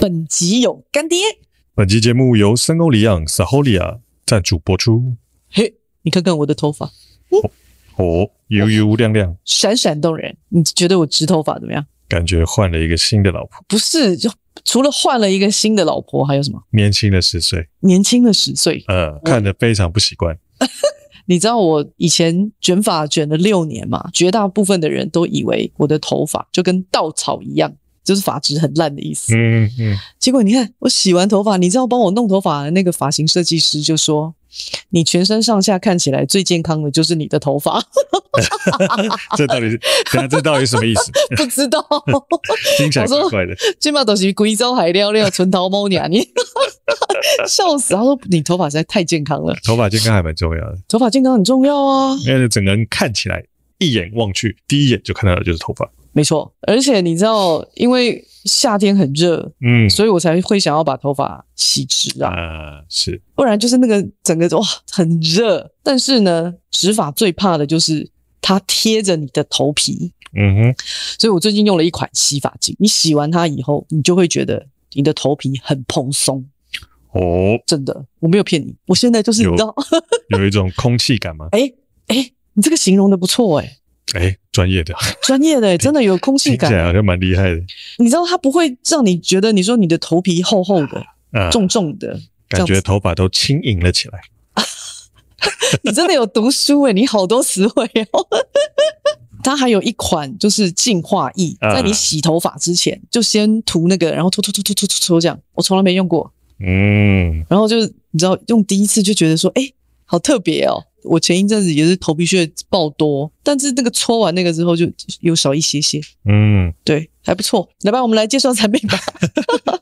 本集有干爹，本期节目由森欧里昂 Saholia 赞助播出。嘿，你看看我的头发哦，油油亮亮，闪闪动人，你觉得我直头发怎么样？感觉换了一个新的老婆，不是，就除了换了一个新的老婆，还有什么？年轻了十岁。年轻了十岁。呃，看得非常不习惯。你知道我以前卷发卷了六年嘛？绝大部分的人都以为我的头发就跟稻草一样，就是发质很烂的意思。嗯嗯，结果你看，我洗完头发，你知道帮我弄头发的那个发型设计师就说：“你全身上下看起来最健康的就是你的头发。 这到底是，等下这到底是什么意思？”不知道， 听起来我说怪怪的。今嘛都是鬼招海料料，纯桃猫娘，你 笑死！他说你头发实在太健康了，头发健康还蛮重要的，头发健康很重要啊。因为整个人看起来一眼望去，第一眼就看到的就是头发。没错，而且你知道，因为夏天很热，嗯所以我才会想要把头发洗直啊，啊，是不然就是那个整个哇很热。但是呢，直发最怕的就是它贴着你的头皮，嗯哼，所以我最近用了一款洗发精，你洗完它以后，你就会觉得你的头皮很蓬松，哦，真的，我没有骗你，我现在就是你有知道，有一种空气感吗？哎哎，你这个形容的不错哎、哎，专业的，专业 的、哎，真的有空气听起来感，啊好像蛮厉害的。你知道它不会让你觉得你说你的头皮厚厚 的、啊，重重的。感这样觉子头发都轻盈了起来。你真的有读书诶、哎你好多词汇哦。 它还有一款就是净化液，啊在你洗头发之前就先涂那个，然后涂涂涂涂涂涂涂这样，我从来没用过。嗯，然后就是你知道用第一次就觉得说，哎、好特别哦。我前一阵子也是哎头皮屑爆多，但是那个搓完那个之后就有少一些些，嗯，对，还不错。来吧，我们来介绍产品吧。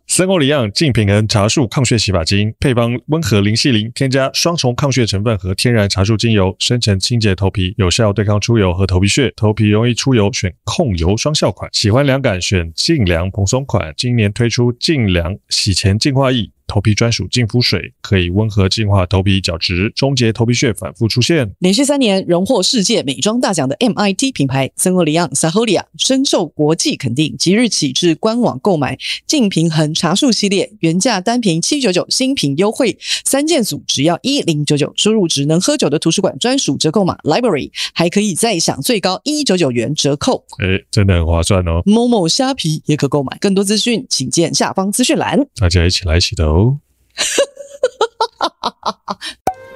森欧里漾净平衡茶树抗屑洗发精，配方温和零细磷，添加双重抗屑成分和天然茶树精油，深层清洁头皮，有效对抗出油和头皮屑。头皮容易出油，选控油双效款；喜欢凉感，选净凉蓬松款。今年推出净凉洗前净化液。头皮专属净肤水，可以温和净化头皮角质，终结头皮屑反复出现。连续三年荣获世界美妆大奖的 MIT 品牌森欧里昂 （Saholia） 深受国际肯定，即日起至官网购买净平衡茶树系列，原价单瓶七九九，新品优惠三件组只要一零九九，输入只能喝酒的图书馆专属折扣码 Library，还可以再享最高一九九元折扣。诶，真的很划算哦！某某虾皮也可购买，更多资讯请见下方资讯栏。大家一起来洗头。哦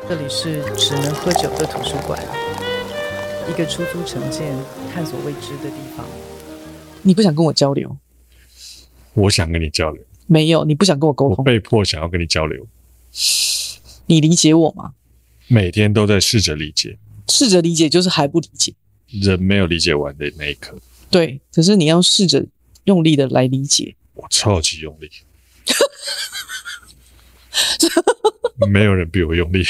这里是只能喝酒的图书馆，一个出租城建探索未知的地方。你不想跟我交流？我想跟你交流，没有，你不想跟我沟我通？被迫想要跟你交流。你理解我吗？每天都在试着理解，试着理解就是还不理解，人没有理解完的那一刻，对。可是你要试着用力的来理解，我超级用力，没有人比我用力。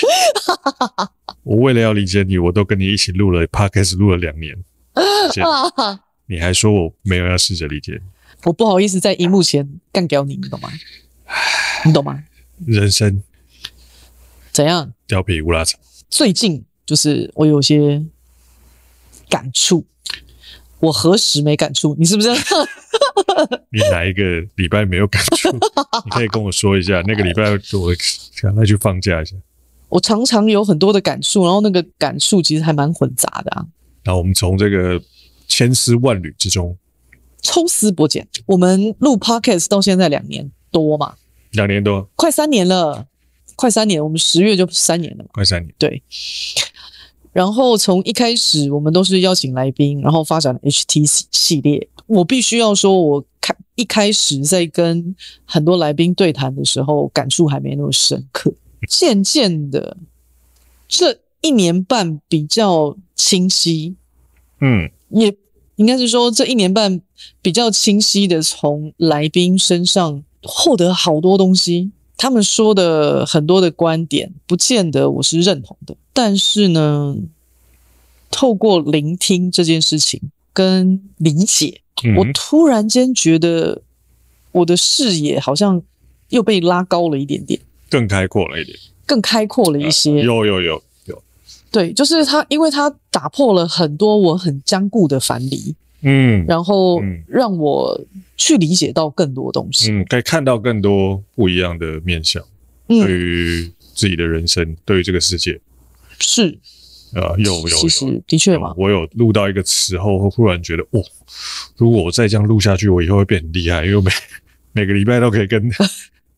我为了要理解你，我都跟你一起录了 podcast，录了两年，谢谢啊！你还说我没有要试着理解我不好意思在荧幕前干掉你，你懂吗？你懂吗？人生，怎样？貂皮乌拉草，最近就是我有些感触，我何时没感触？你是不是？你哪一个礼拜没有感触？ 你可以跟我说一下，那个礼拜我想再去放假一下。我常常有很多的感触，然后那个感触其实还蛮混杂的啊。然后我们从这个千丝万缕之中，抽丝剥茧，我们录 podcast 到现在两年多嘛，两年多，快三年了，快三年，我们十月就三年了嘛。快三年，然后从一开始我们都是邀请来宾，然后发展 HT 系列。我必须要说，我开一开始在跟很多来宾对谈的时候，感触还没那么深刻。渐渐的，这一年半比较清晰，嗯，也应该是说这一年半比较清晰的从来宾身上获得好多东西。他们说的很多的观点，不见得我是认同的，但是呢，透过聆听这件事情跟理解，嗯我突然间觉得我的视野好像又被拉高了一点点，更开阔了一点。更开阔了一些。啊呃有有有有，对，就是他，因为他打破了很多我很坚固的藩篱，嗯然后嗯让我去理解到更多东西。嗯，可以看到更多不一样的面向，对嗯，于自己的人生，对于这个世界，是，啊，有有其有实的确有嘛，，我有录到一个词后，会忽然觉得，哦，如果我再这样录下去，我以后会变很厉害，因为我每 每个礼拜都可 以跟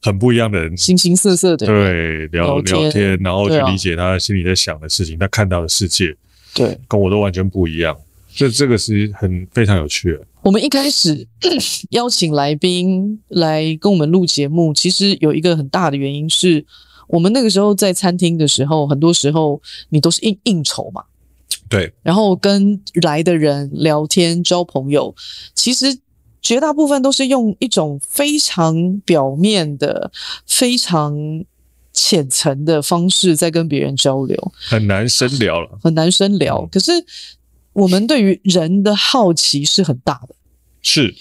很不一样的人形形色色的人，对聊聊天聊天，然后去对啊理解他心里在想的事情，他看到的世界对跟我都完全不一样，这这个是很非常有趣的。我们一开始 邀请来宾来跟我们录节目，其实有一个很大的原因是，我们那个时候在餐厅的时候，很多时候你都是应应酬嘛，对，然后跟来的人聊天、交朋友，其实绝大部分都是用一种非常表面的、非常浅层的方式在跟别人交流，很难深聊了，很难深聊。可是我们对于人的好奇是很大的。是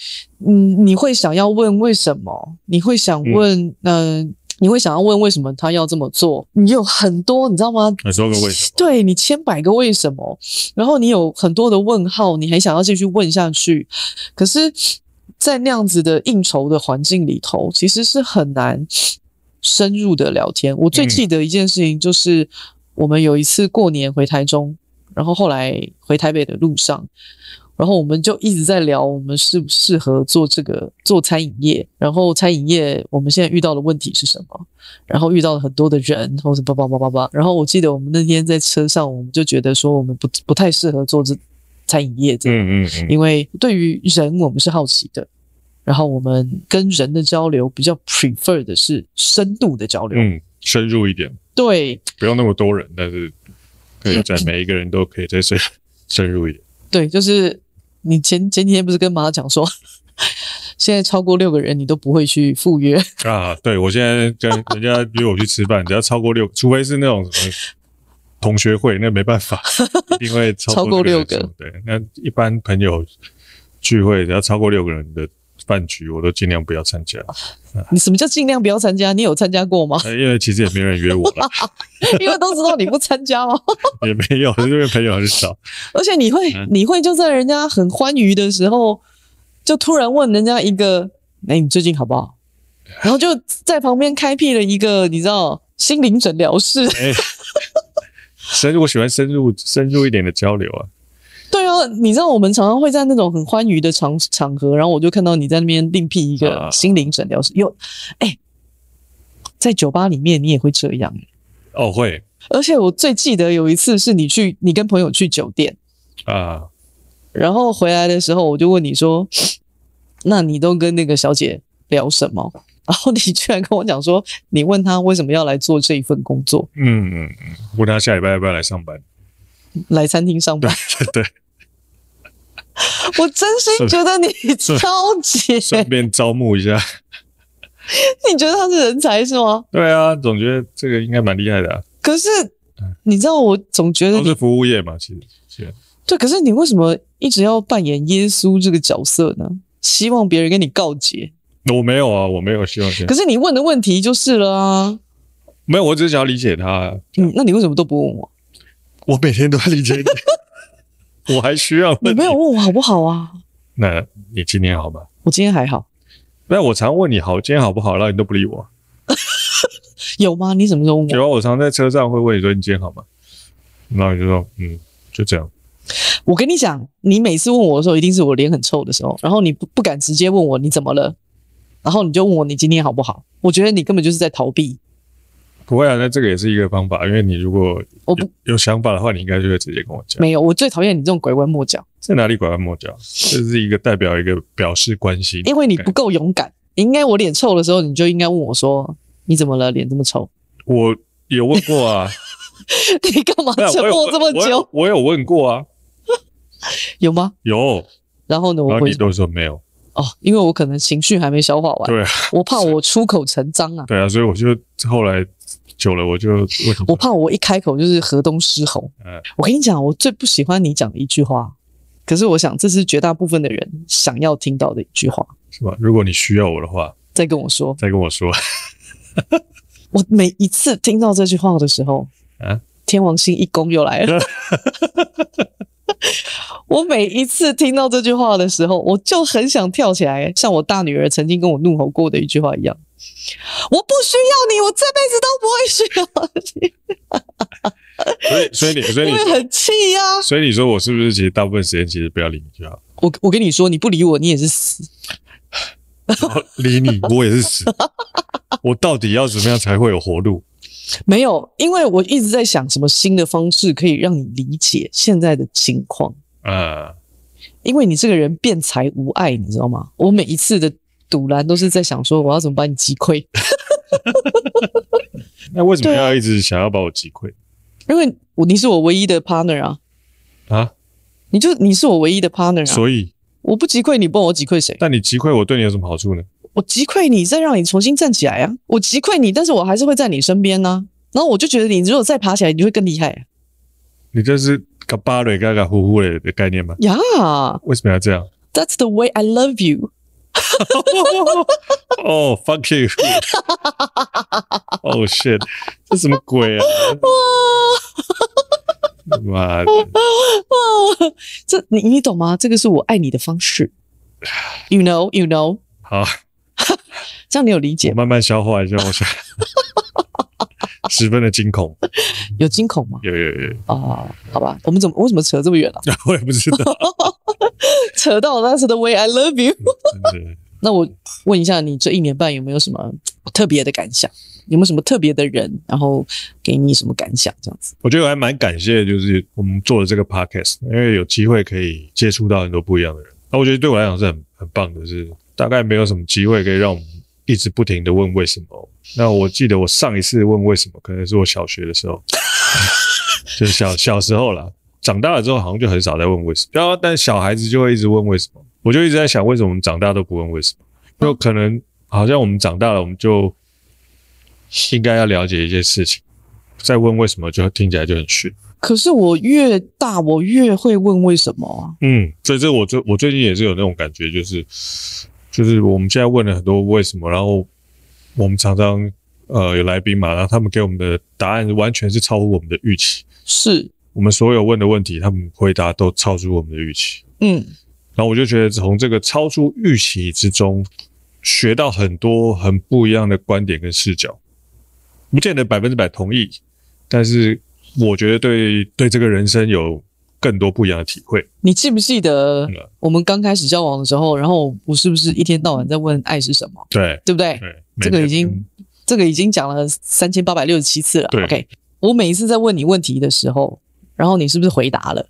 嗯，你会想要问为什么？你会想问，嗯、你会想要问为什么他要这么做？你有很多，你知道吗？很多个为什么。对你千百个为什么，然后你有很多的问号，你还想要继续问下去，可是，在那样子的应酬的环境里头，其实是很难深入的聊天。我最嗯记得一件事情，就是、我们有一次过年回台中，然后后来回台北的路上。然后我们就一直在聊，我们适不适合做这个做餐饮业，然后餐饮业我们现在遇到的问题是什么？然后遇到了很多的人，或者叭叭叭叭叭。然后我记得我们那天在车上，我们就觉得说我们不不太适合做这餐饮业这，嗯嗯嗯，因为对于人我们是好奇的，然后我们跟人的交流比较 prefer 的是深度的交流。嗯，深入一点，对不用那么多人，但是可以在 每一个人都可以再深深入一点。对，就是你前前几天不是跟马讲说， 现在超过六个人你都不会去赴约，啊，对我现在跟人家约我去吃饭，只要超过六，除非是那种什么同学会，那没办 法，一定会超超过这六人个数。对，那一般朋友聚会，只要超过六个人的饭局，我都尽量不要参加，？哦你什么叫尽量不要参加？你有参加过吗 因为其实也没人约我 了，因为都知道你不参加嘛。也没有，因为朋友很少。而且你会嗯，你会就在人家很欢愉的时候，就突然问人家一个：“哎、你最近好不好？”然后就在旁边开辟了一个，你知道，心灵诊疗室。 哎、深入，我喜欢深入深入一点的交流啊。对啊，你知道我们常常会在那种很欢愉的场场合，然后我就看到你在那边另辟一个啊心灵诊疗室。有，哎、在酒吧里面你也会这样。哦，会而且我最记得有一次是你去，你跟朋友去酒店，啊，然后回来的时候，我就问你说：“那你都跟那个小姐聊什么？” 然后你居然跟我讲说，你问她为什么要来做这一份工作，嗯嗯嗯，问他下礼拜要不要来上班。来餐厅上班。对， 我真心觉得你是超级，顺便招募一下。 你觉得她是人才是吗？对啊，总觉得这个应该蛮厉害的、啊，可是你知道，我总觉得都你哦是服务业嘛，其实。其实对，可是你为什么一直要扮演耶稣这个角色呢？希望别人跟你告解，我没有啊，我没有希望现可在，是你问的问题就是了啊。没有，我只是想要理解他。嗯，那你为什么都不问我？我每天都在理解你，我还需要你问没有？问我好不好啊？那你今天好吗？我今天还好。那我常问你好，今天好不好？然后你都不理我。有吗？你什么时候问有我？啊，我常在车上会问你说你今天好吗？然后你就说嗯，就这样。我跟你讲，你每次问我的时候，一定是我脸很臭的时候，然后你不不敢直接问我你怎么了，然后你就问我你今天好不好？我觉得你根本就是在逃避。不会啊，那这个也是一个方法，因为你如果我有不有想法的话，你应该就会直接跟我讲。没有，我最讨厌你这种拐弯抹角，在哪里拐弯抹角？这是一个代表一个表示关心，因为你不 OK 够勇敢。应该我脸臭的时候，你就应该问我说你怎么了，脸这么臭， 我有问过啊，你干嘛那沉我有默这么我久有？我有问过啊，有吗？有，然后呢，然我后会你都说没有，哦，因为我可能情绪还没消化完，对啊，我怕我出口成章啊，对啊，所以我就后来久了，我就问你说我怕我一开口就是河东狮吼。嗯我跟你讲，我最不喜欢你讲的一句话，可是我想这是绝大部分的人想要听到的一句话。是吧？如果你需要我的话，再跟我说，再跟 我说。我每一次嗯听到这句话的时候，啊 天王星一宫又来了。我每一次听到这句话的时候，我就很想跳起来，像我大女儿曾经跟我怒吼过的一句话一样：“我不需要你，我这辈子都不会需要你。所以所以你所”以因你为很气呀、所以你说我是不是其实大部分时间其实不要理你就好，我我跟你说，你不理我，你也是死。然后理你我也是死，我到底要怎么样才会有活路？没有，因为我一直在想什么新的方式可以让你理解现在的情况，啊，因为你这个人辩才无碍，你知道吗？我每一次的堵拦都是在想说，我要怎么把你击溃，那为什么对啊要一直想要把我击溃因为我你是我唯一的 partner 啊，啊？你就你是我唯一的 partner 啊，所以，我不击溃你，不然我击溃谁？但你击溃我对你有什么好处呢？我击溃你，再让你重新站起来啊！我击溃你，但是我还是会在你身边呢、然后我就觉得你如果再爬起来，你就会更厉害啊你这是嘎巴瑞嘎嘎呼呼的的概念吗？呀、为什么要这样？ That's the way I love you。哦、f u c k you！哦、shit，这什么鬼啊？妈的！哇， 这你你懂吗？这个是我爱你的方式。You know, you know，好，这样你有理解我吗？慢慢消化一下，我想十分的惊恐。有惊恐吗？有有有， 有啊、好吧，我们怎么为什么扯这么远了、啊我也不知道。 扯到 That's the way I love you。真的那我问一下，你这一年半有没有什么特别的感想？有没有什么特别的人，然后给你什么感想？这样子，我觉得我还蛮感谢，就是我们做的这个 podcast，因为有机会可以接触到很多不一样的人。那我觉得对我来讲是很很棒的是，大概没有什么机会可以让我们一直不停的问为什么。那我记得我上一次问为什么，可能是我小学的时候， 就是小小时候啦。长大了之后好像就很少再问为什么，然后但小孩子就会一直问为什么。我就一直在想，为什么我们长大都不问为什么？就可能好像我们长大了，我们就应该要了解一些事情。再问为什么，就听起来就很逊。可是我越大，我越会问为什么啊？嗯，所以这我最我最近也是有那种感觉，就是就是我们现在问了很多为什么，然后我们常常呃有来宾嘛，然后他们给我们的答案完全是超乎我们的预期，是，我们所有问的问题，他们回答都超出我们的预期。嗯，然后我就觉得从这个超出预期之中，学到很多很不一样的观点跟视角，不见得百分之百同意，但是我觉得对对这个人生有更多不一样的体会。你记不记得嗯我们刚开始交往的时候，然后我是不是一天到晚在问爱是什么，对对不对？对，这个每已经这个已经讲了三千八百六十七次了。对 OK，我每一次在问你问题的时候，然后你是不是回答了，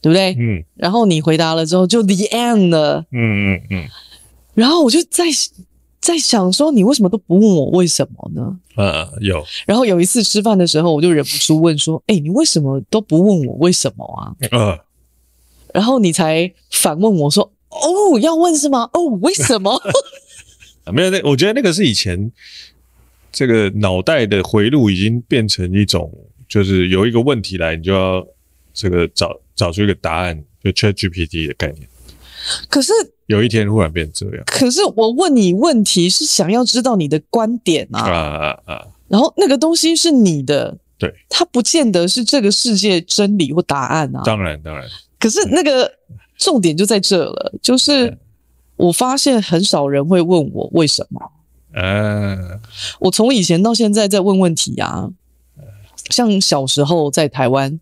对不对？嗯然后你回答了之后就 the end 了，嗯嗯嗯然后我就在在想说你为什么都不问我为什么呢？呃有然后有一次吃饭的时候，我就忍不住问说：“哎、你为什么都不问我为什么啊？”呃然后你才反问我说：“哦，要问是吗？哦，为什么 没有那我觉得那个是以前这个脑袋的回路已经变成一种，就是有一个问题来，你就要这个找找出一个答案，就 Chat GPT 的概念。？”可是，有一天忽然变这样可是我问你问题是想要知道你的观点啊啊，啊啊！然后那个东西是你的，对，它不见得是这个世界真理或答案啊。当然当然，可是那个重点就在这了，就是我发现很少人会问我为什么。啊，我从以前到现在在问问题啊，像小时候在台湾，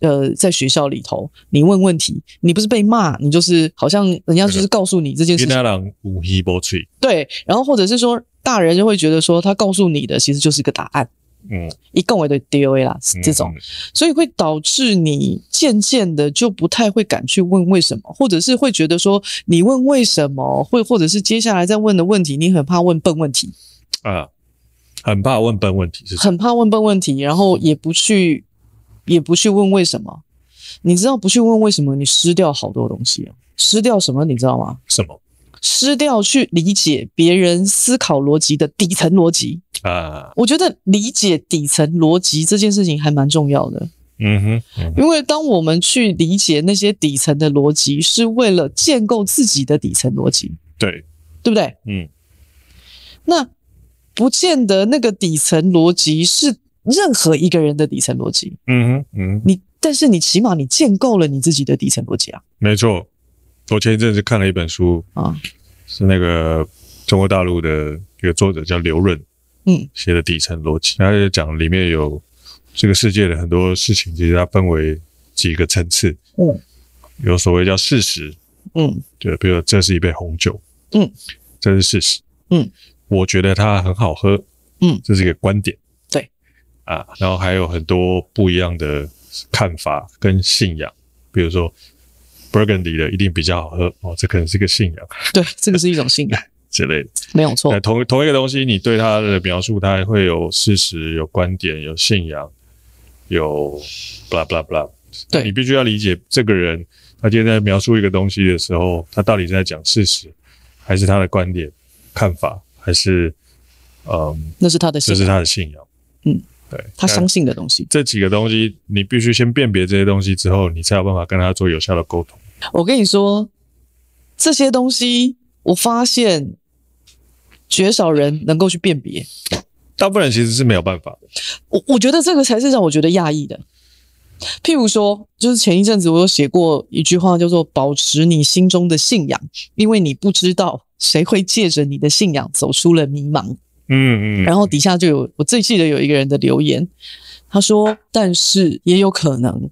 呃，在学校里头，你问问题，你不是被骂，你就是好像人家就是告诉你这件事其情，他人无希无吹，对，然后或者是说大人就会觉得说他告诉你的其实就是个答案，嗯，一共也对 DOA 啦这种，所以会导致你渐渐的就不太会敢去问为什么，或者是会觉得说你问为什么，会或者是接下来再问的问题，你很怕问笨问题，嗯啊，很怕问笨问题是什么？很怕问笨问题，然后也不去也不去问为什么。你知道不去问为什么，你失掉好多东西哦。失掉什么你知道吗？什么失掉去理解别人思考逻辑的底层逻辑。啊？我觉得理解底层逻辑这件事情还蛮重要的。嗯哼，嗯哼因为当我们去理解那些底层的逻辑，是为了建构自己的底层逻辑，对，对不对？嗯，那不见得那个底层逻辑是任何一个人的底层逻辑，嗯哼，嗯哼，你但是你起码你建构了你自己的底层逻辑啊没错，我前一阵子看了一本书，啊，是那个中国大陆的一个作者叫刘润，嗯，写的《底层逻辑》，他就讲里面有这个世界的很多事情，其实它分为几个层次，嗯，有所谓叫事实，嗯就比如说这是一杯红酒，嗯，这是事实，嗯，我觉得它很好喝，嗯这是一个观点，对，啊，然后还有很多不一样的看法跟信仰，比如说 Burgundy 的一定比较好喝哦，这可能是个信仰对，这个是一种信仰，之类的。没有 错那，同同一个东西，你对它的描述，它会有事实、有观点、有信仰、有 blah blah blah。对你必须要理解这个人，他今天在描述一个东西的时候，他到底在讲事实，还是他的观点、看法，还是嗯，那是他的这信是仰，他的信仰。嗯，对，他那相信的东西。这几个东西，你必须先辨别这些东西之后，你才有办法跟他做有效的沟通。我跟你说，这些东西我发现绝少人能够去辨别。大部分人其实是没有办法的。我我觉得这个才是让我觉得讶异的。譬如说，就是前一阵子我有写过一句话，叫做“保持你心中的信仰”，因为你不知道谁会借着你的信仰走出了迷茫。嗯嗯，然后底下就有我最记得有一个人的留言，他说：“但是也有可能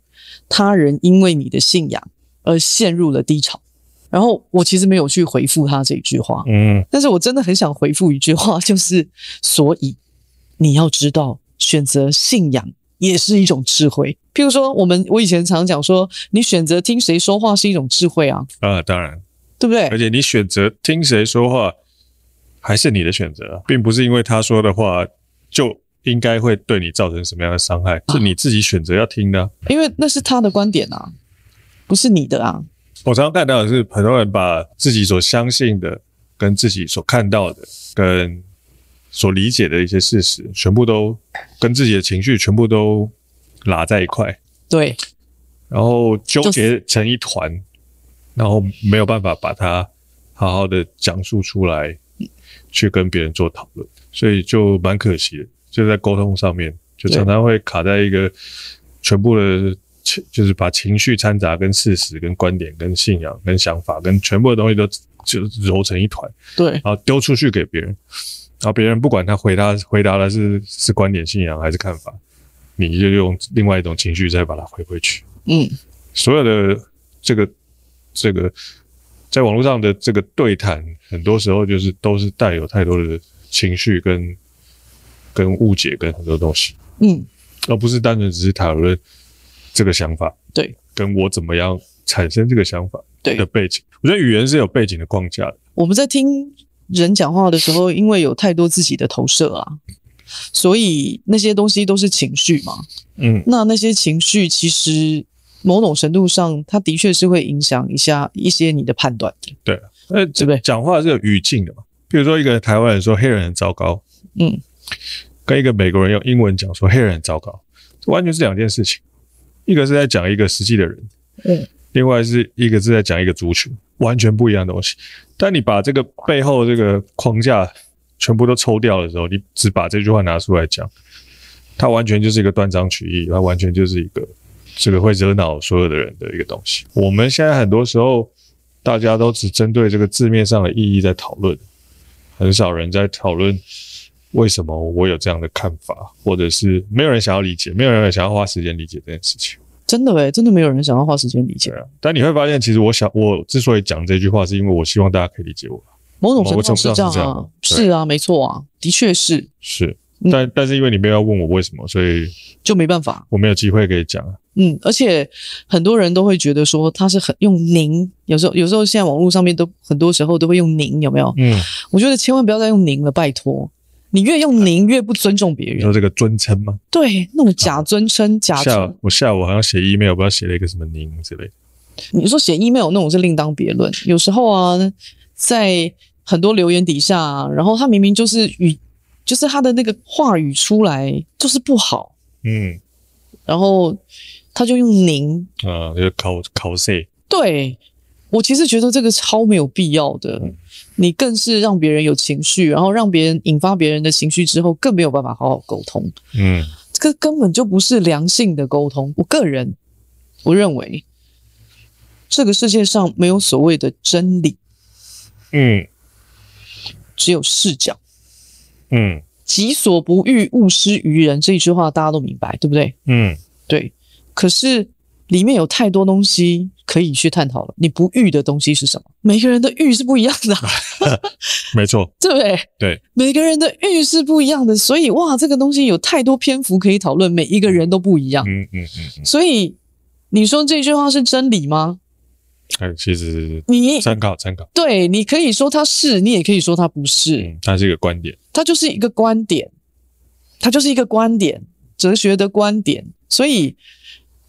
他人因为你的信仰而陷入了低潮。”然后我其实没有去回复他这一句话，嗯，但是我真的很想回复一句话，就是所以你要知道，选择信仰也是一种智慧。譬如说，我们我以前常讲说，你选择听谁说话是一种智慧啊，啊，当然。对不对？而且你选择听谁说话，还是你的选择啊，并不是因为他说的话就应该会对你造成什么样的伤害，是你自己选择要听的啊。因为那是他的观点啊，不是你的啊。我常常看到的是很多人把自己所相信的、跟自己所看到的、跟所理解的一些事实，全部都跟自己的情绪全部都拉在一块，对，然后纠就结成一团，然后没有办法把它好好的讲述出来，去跟别人做讨论，所以就蛮可惜的。就在沟通上面，就对常常会卡在一个全部的情，就是把情绪掺杂、跟事实、跟观点、跟信仰、跟想法、跟全部的东西都就揉成一团，对，然后丢出去给别人，然后别人不管他回答回答的是是观点、信仰还是看法，你就用另外一种情绪再把它回回去。嗯，所有的这个这个在网络上的这个对谈，很多时候就是都是带有太多的情绪跟跟误解跟很多东西，嗯。而不是单纯只是讨论这个想法，对，跟我怎么样产生这个想法对的背景。我觉得语言是有背景的框架的，我们在听人讲话的时候，因为有太多自己的投射啊，所以那些东西都是情绪嘛。嗯，那那些情绪其实某种程度上，它的确是会影响一下一些你的判断的。对。那对不对讲话是有语境的嘛？比如说一个台湾人说黑人很糟糕，嗯，跟一个美国人用英文讲说黑人很糟糕，这完全是两件事情。一个是在讲一个实际的人，嗯，另外是一个是在讲一个族群，完全不一样的东西。但你把这个背后这个框架全部都抽掉的时候，你只把这句话拿出来讲，它完全就是一个断章取义，它完全就是一个这个会惹恼所有的人的一个东西。我们现在很多时候大家都只针对这个字面上的意义在讨论，很少人在讨论为什么我有这样的看法，或者是没有人想要理解，没有人想要花时间理解这件事情。真的欸诶，真的没有人想要花时间理解对。啊，但你会发现，其实我想，我之所以讲这句话，是因为我希望大家可以理解我。某种程度上某个程是度这样上是这啊样，对是啊，没错啊，的确是，是嗯，但但是因为你没有要问我为什么，所以就没办法。我没有机会可以讲啊。嗯，而且很多人都会觉得说他是很用您，有时候有时候现在网络上面都很多时候都会用您，有没有？嗯，我觉得千万不要再用您了，拜托。你越用您，越不尊重别你人说。这个尊称吗？对，那种假尊称、假下称午，我下午好像写 email，不知道写了一个什么您之类的。你说写 email 那种是另当别论。有时候啊，在很多留言底下啊，然后他明明就是语，就是他的那个话语出来就是不好，嗯，然后他就用您。啊、就是考考试。对我其实觉得这个超没有必要的嗯，你更是让别人有情绪，然后让别人引发别人的情绪之后，更没有办法好好沟通。嗯，这个根本就不是良性的沟通。我个人我认为这个世界上没有所谓的真理，嗯只有视角。嗯己所不欲，勿施于人这一句话大家都明白，对不对？嗯对。可是里面有太多东西可以去探讨了。你不欲的东西是什么？每个人的欲是不一样的啊， 没错，对不对？对，每个人的欲是不一样的，所以哇，这个东西有太多篇幅可以讨论，每一个人都不一样。嗯嗯嗯嗯，所以你说这句话是真理吗？哎，其实你参考参考，对你可以说它是，你也可以说它不是，嗯，它是一个观点，它就是一个观点，它就是一个观点，哲学的观点。所以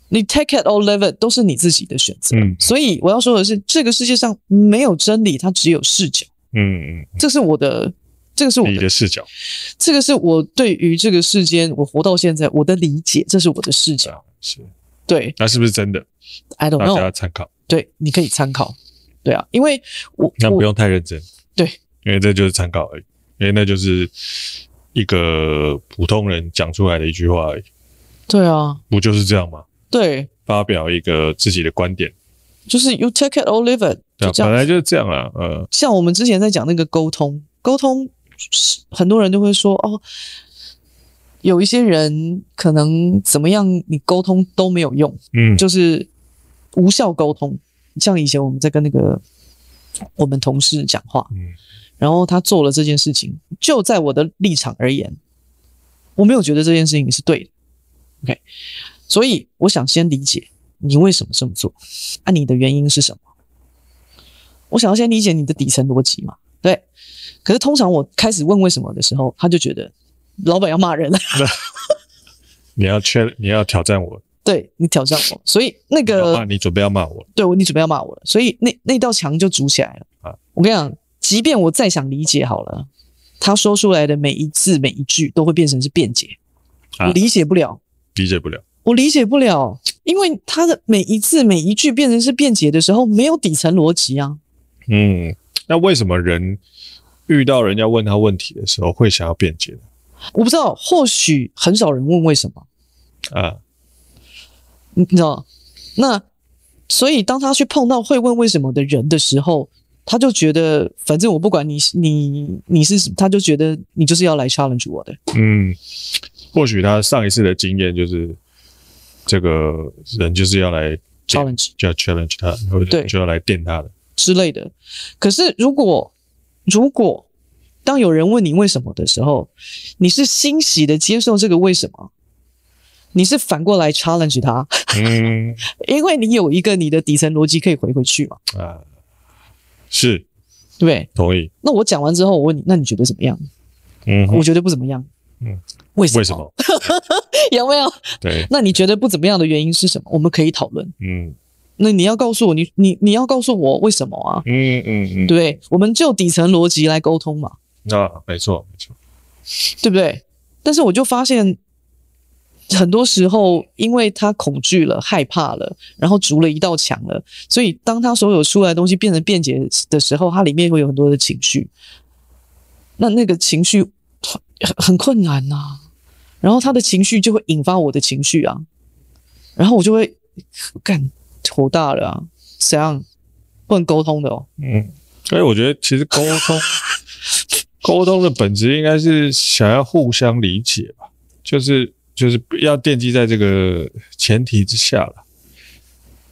你 take it or leave it 都是你自己的选择。嗯所以我要说的是，这个世界上没有真理，它只有视角。嗯嗯，这是我的，这个是我你的的，视角，这个是我对于这个世间我活到现在我的理解，这是我的视角。是，对那是不是真的？ ，I don't 嗯大 know，家参考，对，你可以参考。对啊，因为我那我不用太认真，对，因为这就是参考而已，因为那就是一个普通人讲出来的一句话而已，对啊，不就是这样吗？对，发表一个自己的观点，就是 you take it or leave it，就对啊，这本样。来就是这样啊，呃，像我们之前在讲那个沟通，沟通是很多人就会说哦，有一些人可能怎么样，你沟通都没有用，嗯，就是无效沟通。像以前我们在跟那个我们同事讲话，嗯然后他做了这件事情，就在我的立场而言，我没有觉得这件事情是对的。OK，所以我想先理解你为什么这么做，啊，你的原因是什么？我想要先理解你的底层逻辑嘛，对。可是通常我开始问为什么的时候，他就觉得老板要骂人了， 你要确，你要挑战我，对你挑战我，所以那要个骂你准备要骂我，对我，你准备要骂我了，所以那那道墙就筑起来了。啊我跟你讲，即便我再想理解好了，他说出来的每一字每一句都会变成是辩解，啊我理解不了，理解不了，我理解不了，因为他的每一字每一句变成是辩解的时候，没有底层逻辑啊。嗯，那为什么人遇到人家问他问题的时候会想要辩解呢？我不知道，或许很少人问为什么，啊，你你知道？那所以当他去碰到会问为什么的人的时候，他就觉得反正我不管你你你是什么，他就觉得你就是要来 challenge 我的。嗯，或许他上一次的经验就是这个人就是要来 challenge 就要 challenge 他，或者对就要来电他的，之类的。可是如果如果当有人问你为什么的时候，你是欣喜的接受这个为什么，你是反过来 challenge 他，嗯因为你有一个你的底层逻辑可以回回去嘛，啊，是对不对？同意，那我讲完之后，我问你，那你觉得怎么样？嗯，我觉得不怎么样。嗯，为什么？为什么？有没有？对，那你觉得不怎么样的原因是什么？我们可以讨论。嗯那你要告诉我，你你你要告诉我为什么啊？嗯嗯对，不嗯对？我们就底层逻辑来沟通嘛。那没错没错，对不对？但是我就发现，很多时候因为他恐惧了、害怕了，然后筑了一道墙了，所以当他所有出来的东西变成辩解的时候，它里面会有很多的情绪。那那个情绪很很困难呐、然后他的情绪就会引发我的情绪啊，然后我就会干火大了啊，怎样不能沟通的哦？嗯，所以我觉得其实沟通沟通的本质应该是想要互相理解吧，就是就是要奠基在这个前提之下了。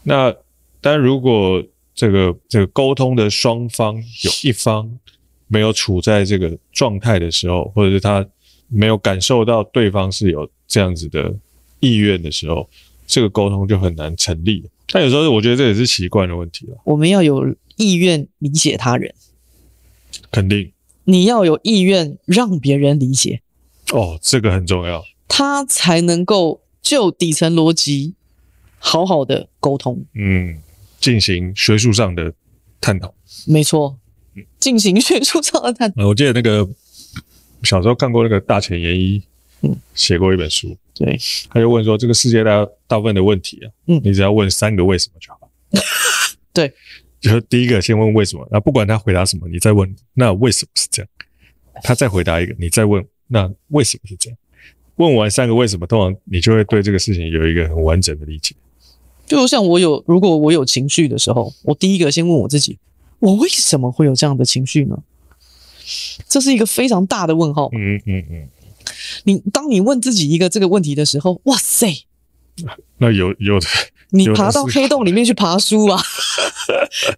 那但如果这个这个沟通的双方有一方没有处在这个状态的时候，或者是他没有感受到对方是有这样子的意愿的时候，这个沟通就很难成立。但有时候我觉得这也是习惯的问题了，我们要有意愿理解他人，肯定。你要有意愿让别人理解。哦，这个很重要。他才能够就底层逻辑好好的沟通。嗯，进行学术上的探讨。没错，嗯进行学术上的 探讨。呃我记得那个小时候看过那个大前研一，嗯写过一本书，对，他就问说，这个世界大大部分的问题啊，嗯你只要问三个为什么就好了。 对，就是第一个先问为什么，那不管他回答什么，你再问那为什么是这样，他再回答一个，你再问那为什么是这样。问完三个为什么，通常你就会对这个事情有一个很完整的理解。就像我有，如果我有情绪的时候，我第一个先问我自己，我为什么会有这样的情绪呢？这是一个非常大的问号。嗯嗯嗯，你当你问自己一个这个问题的时候，哇塞，那有有的你有的爬到思黑洞里面去爬书 啊，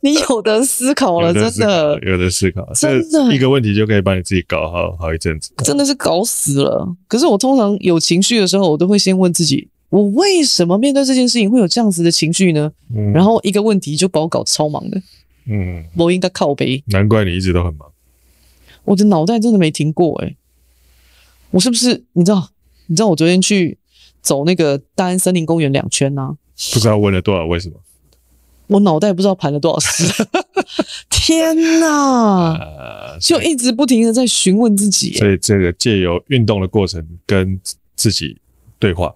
你有的思考了，有真思考的有的思考，真的这一个问题就可以把你自己搞好好一阵子。真的是搞死了。可是我通常有情绪的时候，我都会先问自己，我为什么面对这件事情会有这样子的情绪呢？嗯然后一个问题就把我搞超忙的，嗯，我应该靠背，难怪你一直都很忙。我的脑袋真的没停过诶、我是不是你知道？你知道我昨天去走那个大安森林公园两圈呐、啊不知道问了多少为什么？我脑袋不知道盘了 多少次，天哪！呃，就一直不停的在询问自己、欸所以这个借由运动的过程跟自己对话，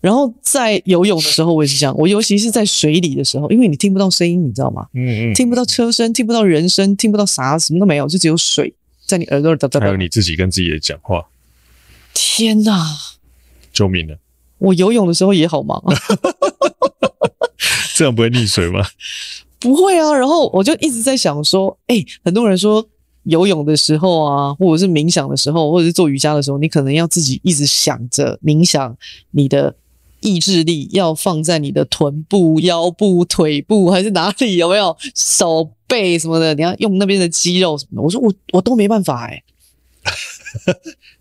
然后在游泳的时候，我也是这样。我尤其是在水里的时候，因为你听不到声音，你知道吗？嗯嗯，听不到车声，听不到人声，听不到啥，什么都没有，就只有水在你耳朵里哒哒还哒有。你自己跟自己的讲话，天哪！救命了！我游泳的时候也好忙 啊，这样不会溺水吗？不会啊。然后我就一直在想说，哎、很多人说游泳的时候啊，或者是冥想的时候，或者是做瑜伽的时候，你可能要自己一直想着冥想，你的意志力要放在你的臀部、腰部、腿部还是哪里，有没有手背什么的，你要用那边的肌肉什么的。我说我我都没办法哎、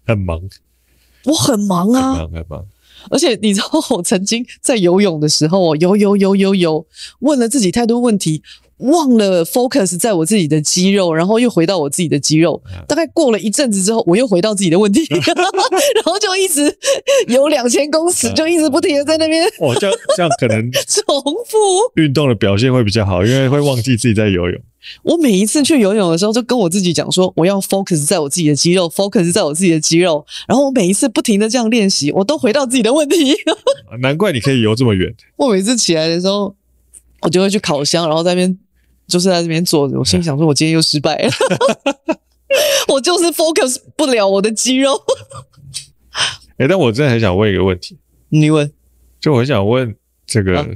很忙，我很忙很啊。忙，很忙。而且你知道，我曾经在游泳的时候，哦游游游游游，问了自己太多问题，忘了 focus 在我自己的肌肉，然后又回到我自己的肌肉嗯。大概过了一阵子之后，我又回到自己的 问题，然后就一直游两千公尺，嗯就一直不停的在那边 哦，这样这样可能重复。运动的表现会比较好，因为会忘记自己在游泳。我每一次去游泳的时候，就跟我自己讲说，我要 focus 在我自己的肌肉，focus 在我自己的肌肉。然后我每一次不停的这样练习，我都回到自己的问题。难怪你可以游这么远。我每次起来的时候，我就会去烤箱，然后在那边就是在这边坐着。我心里想说，我今天又失败了， 我就是 focus 不了我的肌肉。诶，但我真的很想问一个问题，你问就我很想问这个，啊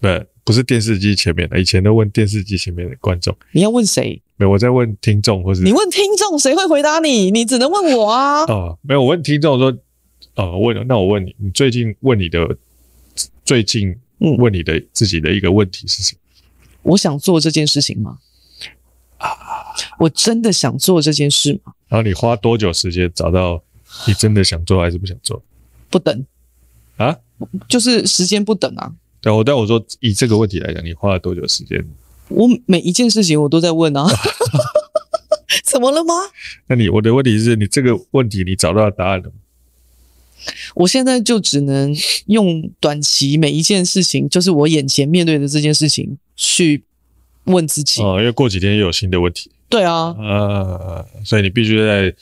不、不是电视机前面的，以前都问电视机前面的观众，你要问谁？没有，我在问听众或是你问听众，谁会回答你？你只能问我啊。哦，没有，我问听众说，哦，问那我问你，你最近问你的最近嗯问你的自己的一个问题是什么？我想做这件事情吗？我真的想做这件事吗？然后你花多久时间找到你真的想做还是不想做不等，啊？就是时间不等啊。对，我但我说以这个问题来讲，你花了多久时间？我每一件事情我都在问啊。怎么了吗？那你我的问题是你这个问题你找到答案了吗？我现在就只能用短期每一件事情，就是我眼前面对的这件事情去问自己。哦，因为过几天又有新的问题，对啊， 呃，所以你必须在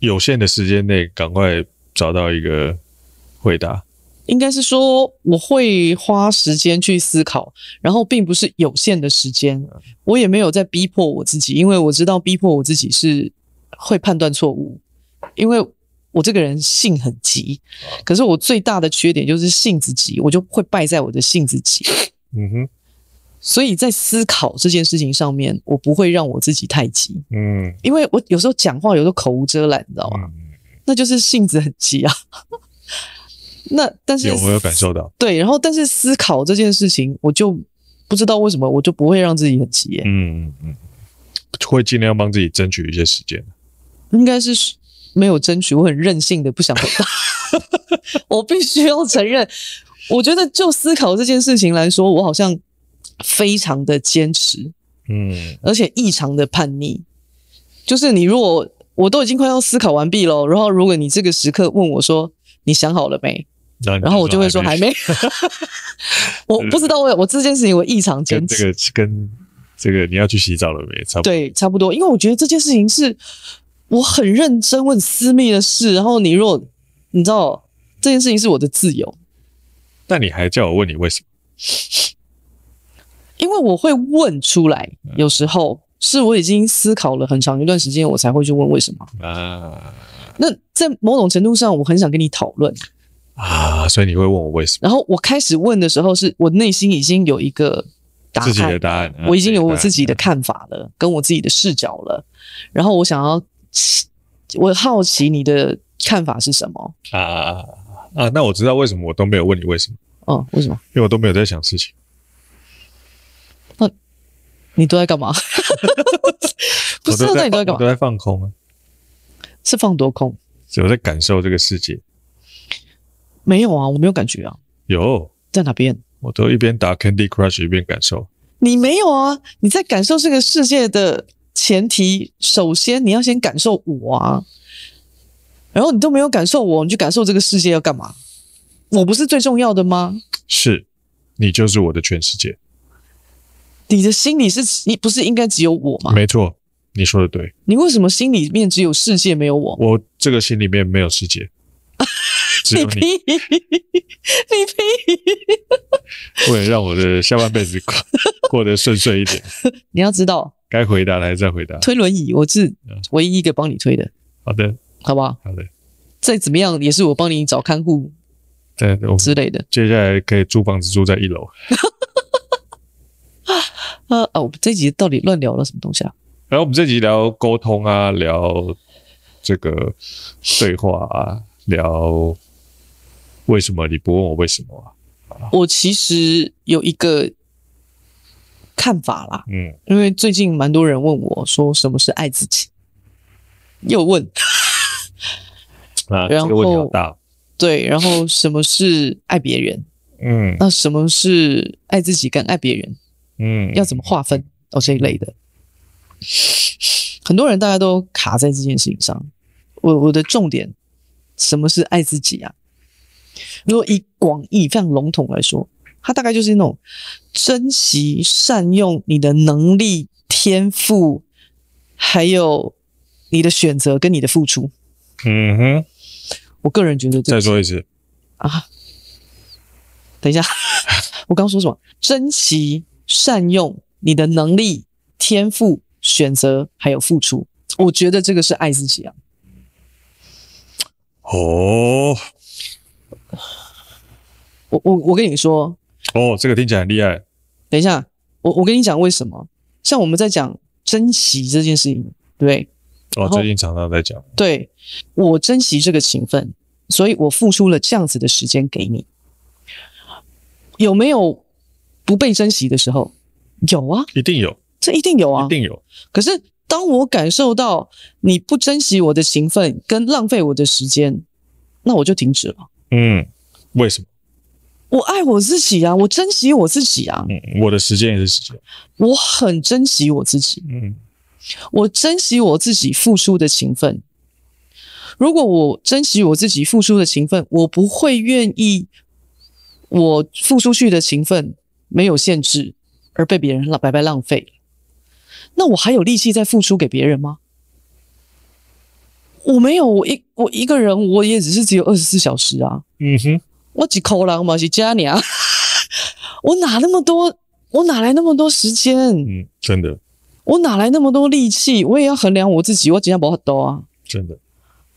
有限的时间内赶快找到一个回答。应该是说我会花时间去思考，然后并不是有限的时间，我也没有在逼迫我自己，因为我知道逼迫我自己是会判断错误，因为我这个人性很急，可是我最大的缺点就是性子急，我就会败在我的性子急。嗯哼，所以在思考这件事情上面，我不会让我自己太急，嗯，因为我有时候讲话有时候口无遮拦，你知道吗？嗯那就是性子很急啊。 那但是有我有感受到，对，然后但是思考这件事情，我就不知道为什么我就不会让自己很急耶、嗯嗯嗯，会尽量帮自己争取一些时间。应该是没有争取，我很任性的不想回答。 我必须要承认，我觉得就思考这件事情来说，我好像非常的坚持，嗯，而且异常的叛逆。就是你如果我都已经快要思考完毕了，然后如果你这个时刻问我说你想好了没，那然后我就会说还没没。 我不知道我我这件事情我异常坚跟持，这个跟这个你要去洗澡了没？差不多。对，差不多，因为我觉得这件事情是我很认真问私密的事，然后你如果你知道这件事情是我的自由，但你还叫我问你为什么？因为我会问出来，有时候是我已经思考了很长一段时间，我才会去问为什么。啊，那在某种程度上，我很想跟你讨论，啊，所以你会问我为什么？然后我开始问的时候是，我内心已经有一个答自己的案，答案，啊我已经有我自己的答看法了，跟我自己的视角了。然后我想要，我好奇你的看法是什么？案啊啊啊啊啊！那我知道为什么我都没有问你为什么，哦，为什么？因为我都没有在想事情。你都在 干嘛？不是，啊那你都在我干放嘛？我都在放空啊，是放多空？我在感受这个世界。没有啊，我没有感觉啊，有，在哪边？我都一边打 Candy Crush 一边感受。你没有啊，你在感受这个世界的前提，首先你要先感受我啊，然后你都没有感受我，你去感受这个世界要干嘛？我不是最重要的吗？是，你就是我的全世界。你的心里是你不是应该只有我吗？没错，你说的对。你为什么心里面只有世界没有我？我这个心里面没有 世界，只有你你。屁！你屁！为了让我的下半辈子 过过得顺遂一点， 你要知道，该回答的还是在回答。推轮椅我是嗯唯一一个帮你推的，好的，好不好？好的。再怎么样也是我帮你找看护对，我们之类的。接下来可以租房子住在一楼。啊啊！我们这一集到底乱聊了什么东西啊？然后我们这集聊沟通啊，聊这个对话啊，聊为什么你不问我为什么啊？我其实有一个看法啦，嗯，因为最近蛮多人问我说什么是爱自己，又问然啊，这后个问题好大。对，然后什么是爱别人，嗯那什么是爱自己跟爱别人嗯，要怎么划分哦这一类的，很多人大家都卡在这件事情上。我我的重点，什么是爱自己啊？如果以广义非常笼统来说，它大概就是那种珍惜、善用你的能力、天赋，还有你的选择跟你的付出。嗯哼，我个人觉得这再个说一次，啊，等一下， 我刚说什么？珍惜、善用你的能力、天赋、选择还有付出，我觉得这个是爱自己啊。哦我我我跟你说，哦，这个听起来很厉害。等一下，我我跟你讲为什么？像我们在讲珍惜这件事情，对不对哦然，后最近常常在讲，对，我珍惜这个情分，所以我付出了这样子的时间给你。有没有不被珍惜的时候？有啊，一定有，这一定有啊，一定有。可是当我感受到你不珍惜我的情分跟浪费我的时间，那我就停止了。嗯，为什么？我爱我自己啊，我珍惜我自己啊，嗯，我的时间也是时间。我很珍惜我自己，嗯我珍惜我自己付出的情分。如果我珍惜我自己付出的情分，我不会愿意我付出去的情分没有限制而被别人浪白白浪费，那我还有力气再付出给别人吗？我没有，我一我一个人，我也只是只有二十四小时啊，嗯哼，我几口狼嘛，是家里啊， 我哪那么多，我哪来那么多时间？嗯，真的我哪来那么多力气？我也要衡量我自己，我尽量不要多啊，真的，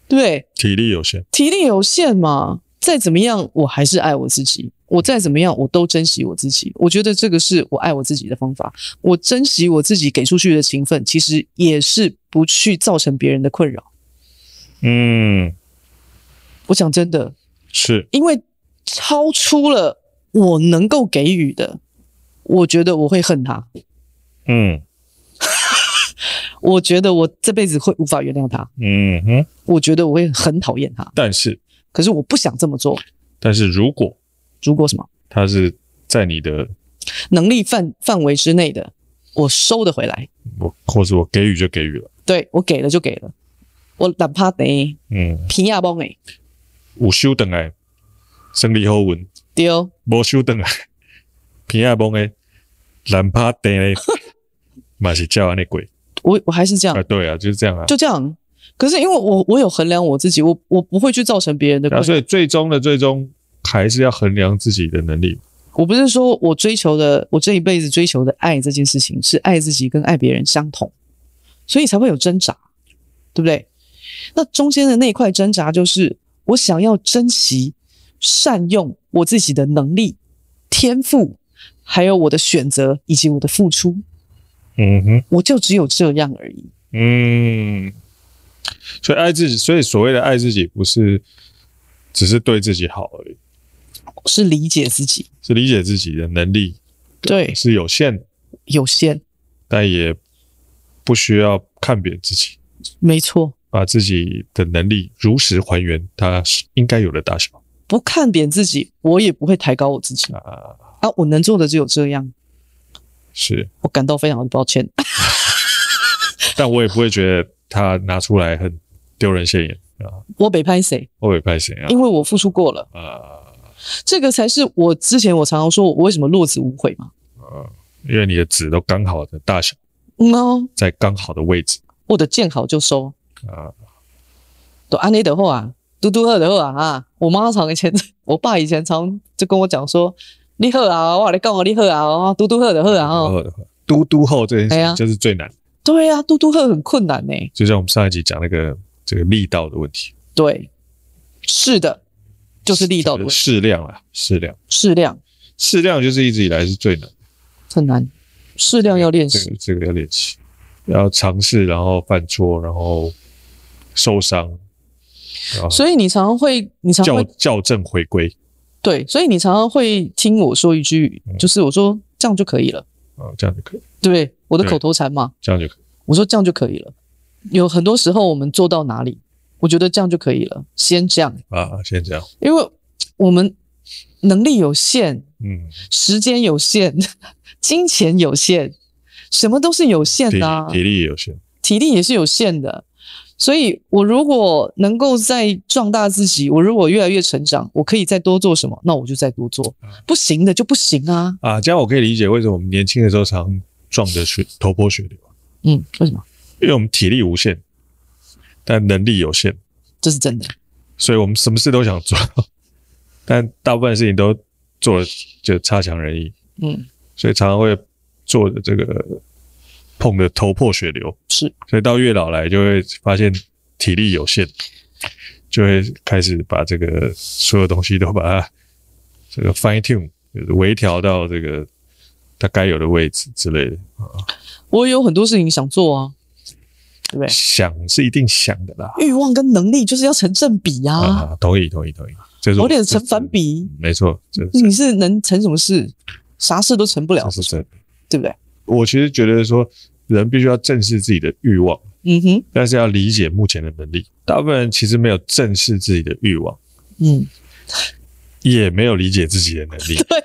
对不对？体力有限。体力有限嘛，再怎么样我还是爱我自己，我再怎么样我都珍惜我自己。我觉得这个是我爱我自己的方法，我珍惜我自己给出去的情分，其实也是不去造成别人的困扰。嗯，我讲真的，是因为超出了我能够给予的，我觉得我会恨他，嗯我觉得我这辈子会无法原谅他，嗯哼，我觉得我会很讨厌他，但是可是我不想这么做。但是如果如果什么？它是在你的能力范范围之内的，我收得回来。我或者我给予就给予了，对我给了就给了，我哪怕得嗯，皮亚崩诶，有收等来，生理后文，丢无收等来， 平安崩诶，懒趴等诶， 嘛是叫安尼鬼我我还是这样啊，，对啊，就是这样啊。就这样。可是因为我我有衡量我自己，我我不会去造成别人的然困后扰。啊所以最终的最终还是要衡量自己的能力。我不是说我追求的，我这一辈子追求的爱这件事情是爱自己跟爱别人相同，所以才会有挣扎，对不对？那中间的那一块挣扎就是我想要珍惜善用我自己的能力、天赋，还有我的选择以及我的付出，嗯哼，我就只有这样而已。嗯，所以爱自己，所以所谓的爱自己，不是只是对自己好而已，是理解自己，是理解自己的能力对，是有限的，有限，但也不需要看扁自己，没错。把自己的能力如实还原，它是应该有的大小不看扁自己，我也不会抬高我自己啊，啊！我能做的只有这样，是，我感到非常的抱歉。但我也不会觉得他拿出来很丢人现眼啊，我北拍谁？我也拍谁啊因为我付出过了，啊，这个才是我之前我常常说我为什么落子无悔嘛。因为你的纸都刚好的大小，嗯哦，在刚好的位置我的见好就收，啊，都安内的后啊，嘟嘟二的后啊啊！我妈常以前，我爸以前常就跟我讲说，你好啊，我来告我你好啊哦，嘟嘟二的后啊哦，后的话，嘟嘟后这件事哎情呀就是最难，对啊，嘟嘟二很困难呢、就像我们上一集讲那个这个力道的问题，对，是的，就是力道的问题，适量啦，适量，适量适量就是一直以来是最难，很难，适量要练这习。个这个要练习，要尝试，然后犯错，然后受伤，然后所以你常常会，你常常校会校正回归，对，所以你常常会听我说一句，就是我说这样就可以了，啊，这样就可以，对不对？我的对口头禅嘛，这样就可以，我说这样就可以了。有很多时候我们做到哪里，我觉得这样就可以了，先这样，啊，先这样，因为我们能力有限，嗯，时间有限， 金钱有限，什么都是有限体的、啊，体力也有限，体力也是有限的。所以，我如果能够再壮大自己，我如果越来越成长，我可以再多做什么，那我就再多做。不行的就不行啊。啊，这样我可以理解为什么我们年轻的时候常撞得血头破血流，嗯，为什么？因为我们体力无限，但能力有限，这是真的。所以我们什么事都想做， 但大部分事情都做了就差强人意，嗯，所以常常会做的这个碰的头破血流。是所以到月老来就会发现体力有限，就会开始把这个所有东西都把它这个 fine tune 就是微调到这个它该有的位置之类的。我有很多事情想做啊，对不对？想是一定想的啦，欲望跟能力就是要成正比啊，啊，同意同意同意，这是有点成反，比。没错，这是你是能成什么事？啥事都成不了这，是真的。对不对？我其实觉得说，人必须要正视自己的欲望，嗯哼，但是要理解目前的能力。大部分人其实没有正视自己的欲望，嗯，也没有理解自己的能力， 对、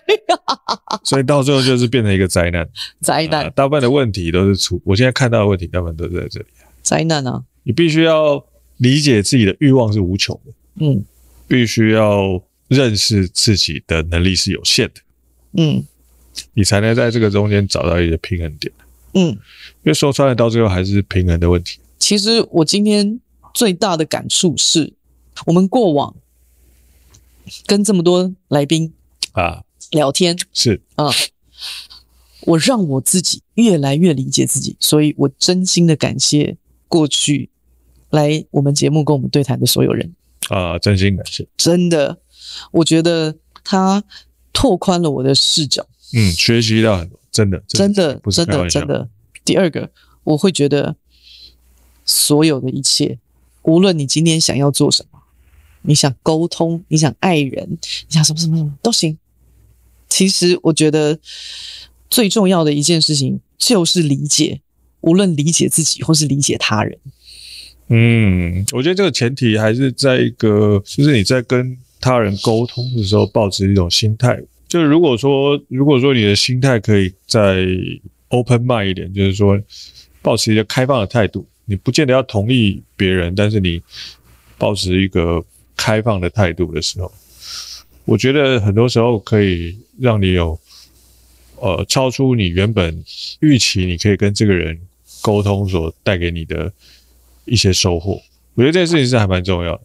所以到最后就是变成一个灾难。啊灾啊难，大部分的问题都是出，我现在看到的问题，大部分都是在这里。灾难啊，你必须要理解自己的欲望是无穷的，嗯必须要认识自己的能力是有限的，嗯你才能在这个中间找到一个平衡点。嗯。因为说穿了，到最后还是平衡的问题。其实我今天最大的感触是，我们过往跟这么多来宾啊，聊天是啊、我让我自己越来越理解自己，所以我真心的感谢过去来我们节目跟我们对谈的所有人，啊，真心感谢。真的，我觉得他拓宽了我的视角，嗯，学习到很多，真的，真的，不是真开的，玩笑真的。第二个，我会觉得所有的一切，无论你今天想要做什么，你想沟通，你想爱人，你想什么什么什么都行。其实我觉得最重要的一件事情就是理解，无论理解自己或是理解他人。嗯，我觉得这个前提还是在一个，就是你在跟他人沟通的时候，保持一种心态。就是如果说，如果说你的心态可以再 open mind 一点，就是说，保持一个开放的态度，你不见得要同意别人，但是你保持一个开放的态度的时候，我觉得很多时候可以让你有，呃，超出你原本预期，你可以跟这个人沟通所带给你的一些收获。我觉得这件事情是还蛮重要的，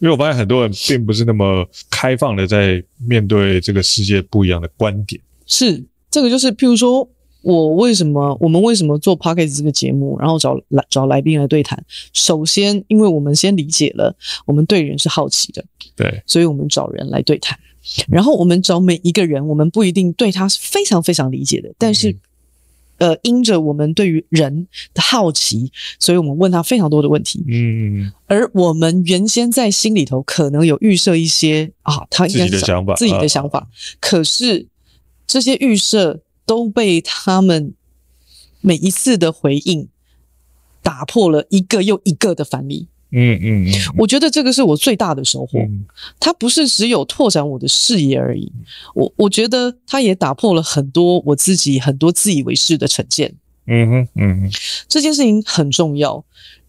因为我发现很多人并不是那么开放的在面对这个世界不一样的观点。是这个，就是譬如说，我为什么我们为什么做 p o c k e t 这个节目，然后找来找来宾来对谈？首先，因为我们先理解了我们对人是好奇的，对，所以我们找人来对谈。然后我们找每一个人，我们不一定对他是非常非常理解的，但嗯是，呃，因着我们对于人的好奇，所以我们问他非常多的问题。嗯，而我们原先在心里头可能有预设一些啊，他应该是自己的想法啊自己的想法。可是这些预设都被他们每一次的回应打破了一个又一个的反例。嗯嗯嗯，我觉得这个是我最大的收获。嗯它不是只有拓展我的视野而已，我我觉得它也打破了很多我自己很多自以为是的成见。嗯哼嗯哼这件事情很重要。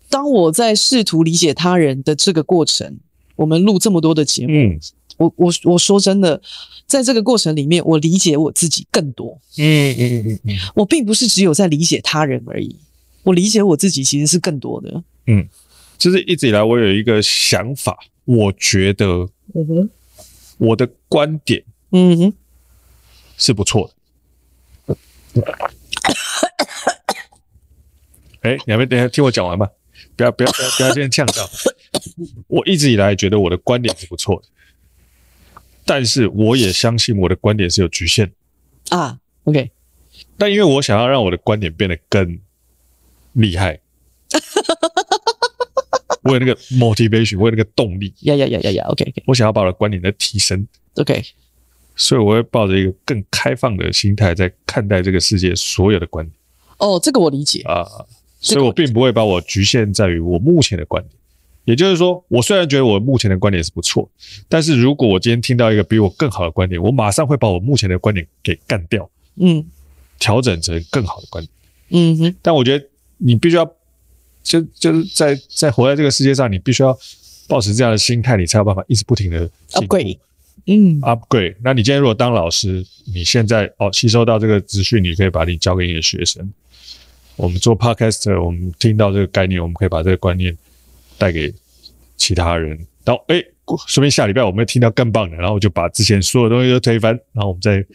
当我在试图理解他人的这个过程，我们录这么多的节目，嗯我我我说真的，在这个过程里面，我理解我自己更多。嗯嗯嗯嗯我并不是只有在理解他人而已，我理解我自己其实是更多的。就是一直以来我有一个想法，我觉得嗯哼，我的观点嗯哼，是不错的。哎，你还没等一下听我讲完吧，不要不要不要不要先呛到。我一直以来觉得我的观点是不错的，但是我也相信我的观点是有局限的。啊，OK，但因为我想要让我的观点变得更厉害，我有那个 motivation，我有那个动力，呀呀呀呀呀，OK，OK，OK，、我想要把我的观点再提升，所以我会抱着一个更开放的心态在看待这个世界所有的观点。哦，这个我理解，啊，这所个以我并不会把我局限在于我目前的观点。也就是说，我虽然觉得我目前的观点是不错，但是如果我今天听到一个比我更好的观点，我马上会把我目前的观点给干掉，嗯调整成更好的观点。嗯哼，但我觉得你必须要，就就是在在活在这个世界上，你必须要保持这样的心态，你才有办法一直不停啊的 Upgrade 嗯 upgrade。那你今天如果当老师，你现在哦吸收到这个资讯，你可以把你交给你的学生。我们做 podcast，我们听到这个概念，我们可以把这个观念带给其他人。然后，哎，说不定下礼拜我们会听到更棒的，然后我就把之前所有东西都推翻，然后我们再。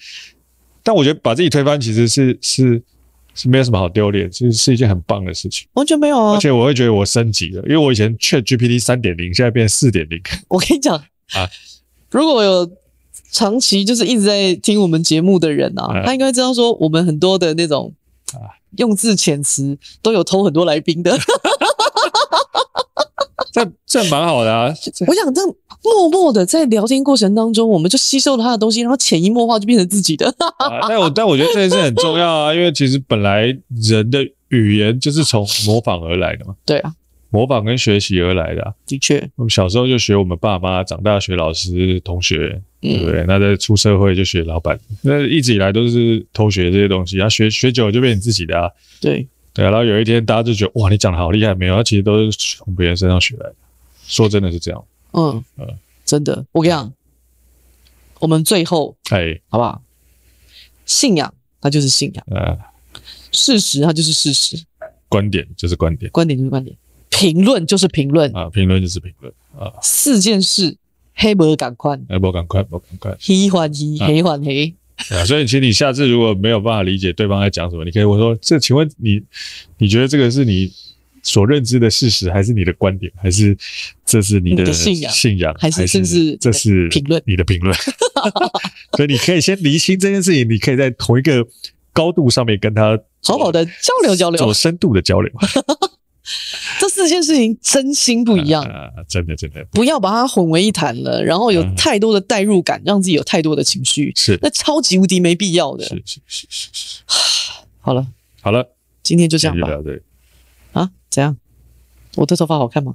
但我觉得把自己推翻其实是是是没有什么好丢脸，是是一件很棒的事情。完全没有啊而。且我会觉得我升级了，因为我以前 Chat GPT 三点零，现在变四点零。 我跟你讲啊，如果有长期就是一直在听我们节目的人啊，嗯他应该知道说我们很多的那种啊用字遣词都有偷很多来宾 的。这这蛮好的啊，这我想这样默默的在聊天过程当中，我们就吸收了他的东西，然后潜移默化就变成自己的。 啊，但我但我觉得这件事很重要啊，因为其实本来人的语言就是从模仿而来的嘛，对啊，模仿跟学习而来的啊、的确，我们小时候就学我们爸妈，长大学老师、同学，对不嗯，对？那在出社会就学老板，那一直以来都是偷学这些东西，然后啊学学久了就变你自己的啊。对，对啊，然后有一天大家就觉得哇，你讲的好厉害，没有？那其实都是从别人身上学来的。说真的是这样，嗯嗯，真的，我跟你讲，我们最后哎，好不好？信仰它就是信仰，呃，事实它就是事实。观点就是观点观点就是观点，评论就是评论。啊，评论就是评论啊，四件事，黑不赶快，哎，不赶快，不赶快。黑换黑，啊黑换黑。对啊，所以其实你下次如果没有办法理解对方在讲什么，你可以我说这，请问你，你觉得这个是你所认知的事实，还是你的观点，还是这是你你的的信仰信仰，还是是甚至这是评论你的评 论？所以你可以先厘清这件事情，你可以在同一个高度上面跟他好好的交流交做流，深度的交流，这四件事情真心不一样，啊，真的真的不要把它混为一谈了，然后有嗯太多的代入感，让自己有太多的情绪，是那超级无敌没必要的。是是是是是。好了，好了，今天就这今样天就吧。聊这里，啊，怎样？我的头发好看吗？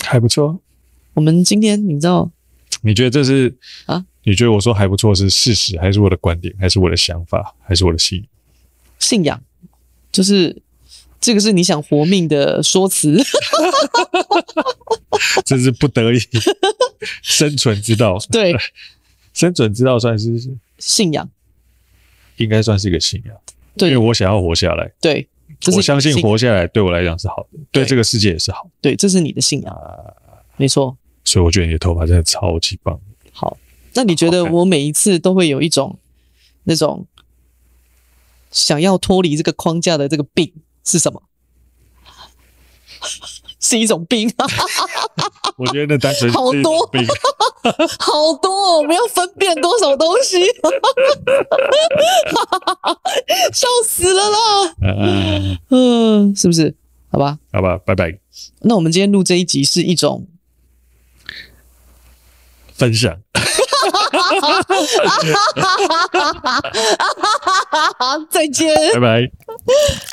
还不错。哦我们今天你知道你觉得这是啊？你觉得我说还不错是事实，还是我的观点，还是我的想法，还是我的 信仰？信仰，就是这个是你想活命的说辞。 这是不得已 生存之道， 对，生存之道算是信仰，应应该算是一个信仰，因为对我想要活下来，对，这是我相信信活下来对我来讲是好的，对对这个世界也是好的，对，这是你的信仰，啊没错。所以我觉得你的头发真的超级 棒，好，那你觉得好看我每一次都会有一种那种想要脱离这个框架的这个病是什么？ 是一种病啊，我觉得那单纯是好一种多病， 好多哦、我们要分辨多少东西， 笑死了啦！啊嗯，是不是？好吧，好吧，拜拜，那我们今天录这一集是一种分享。再见。啊拜拜。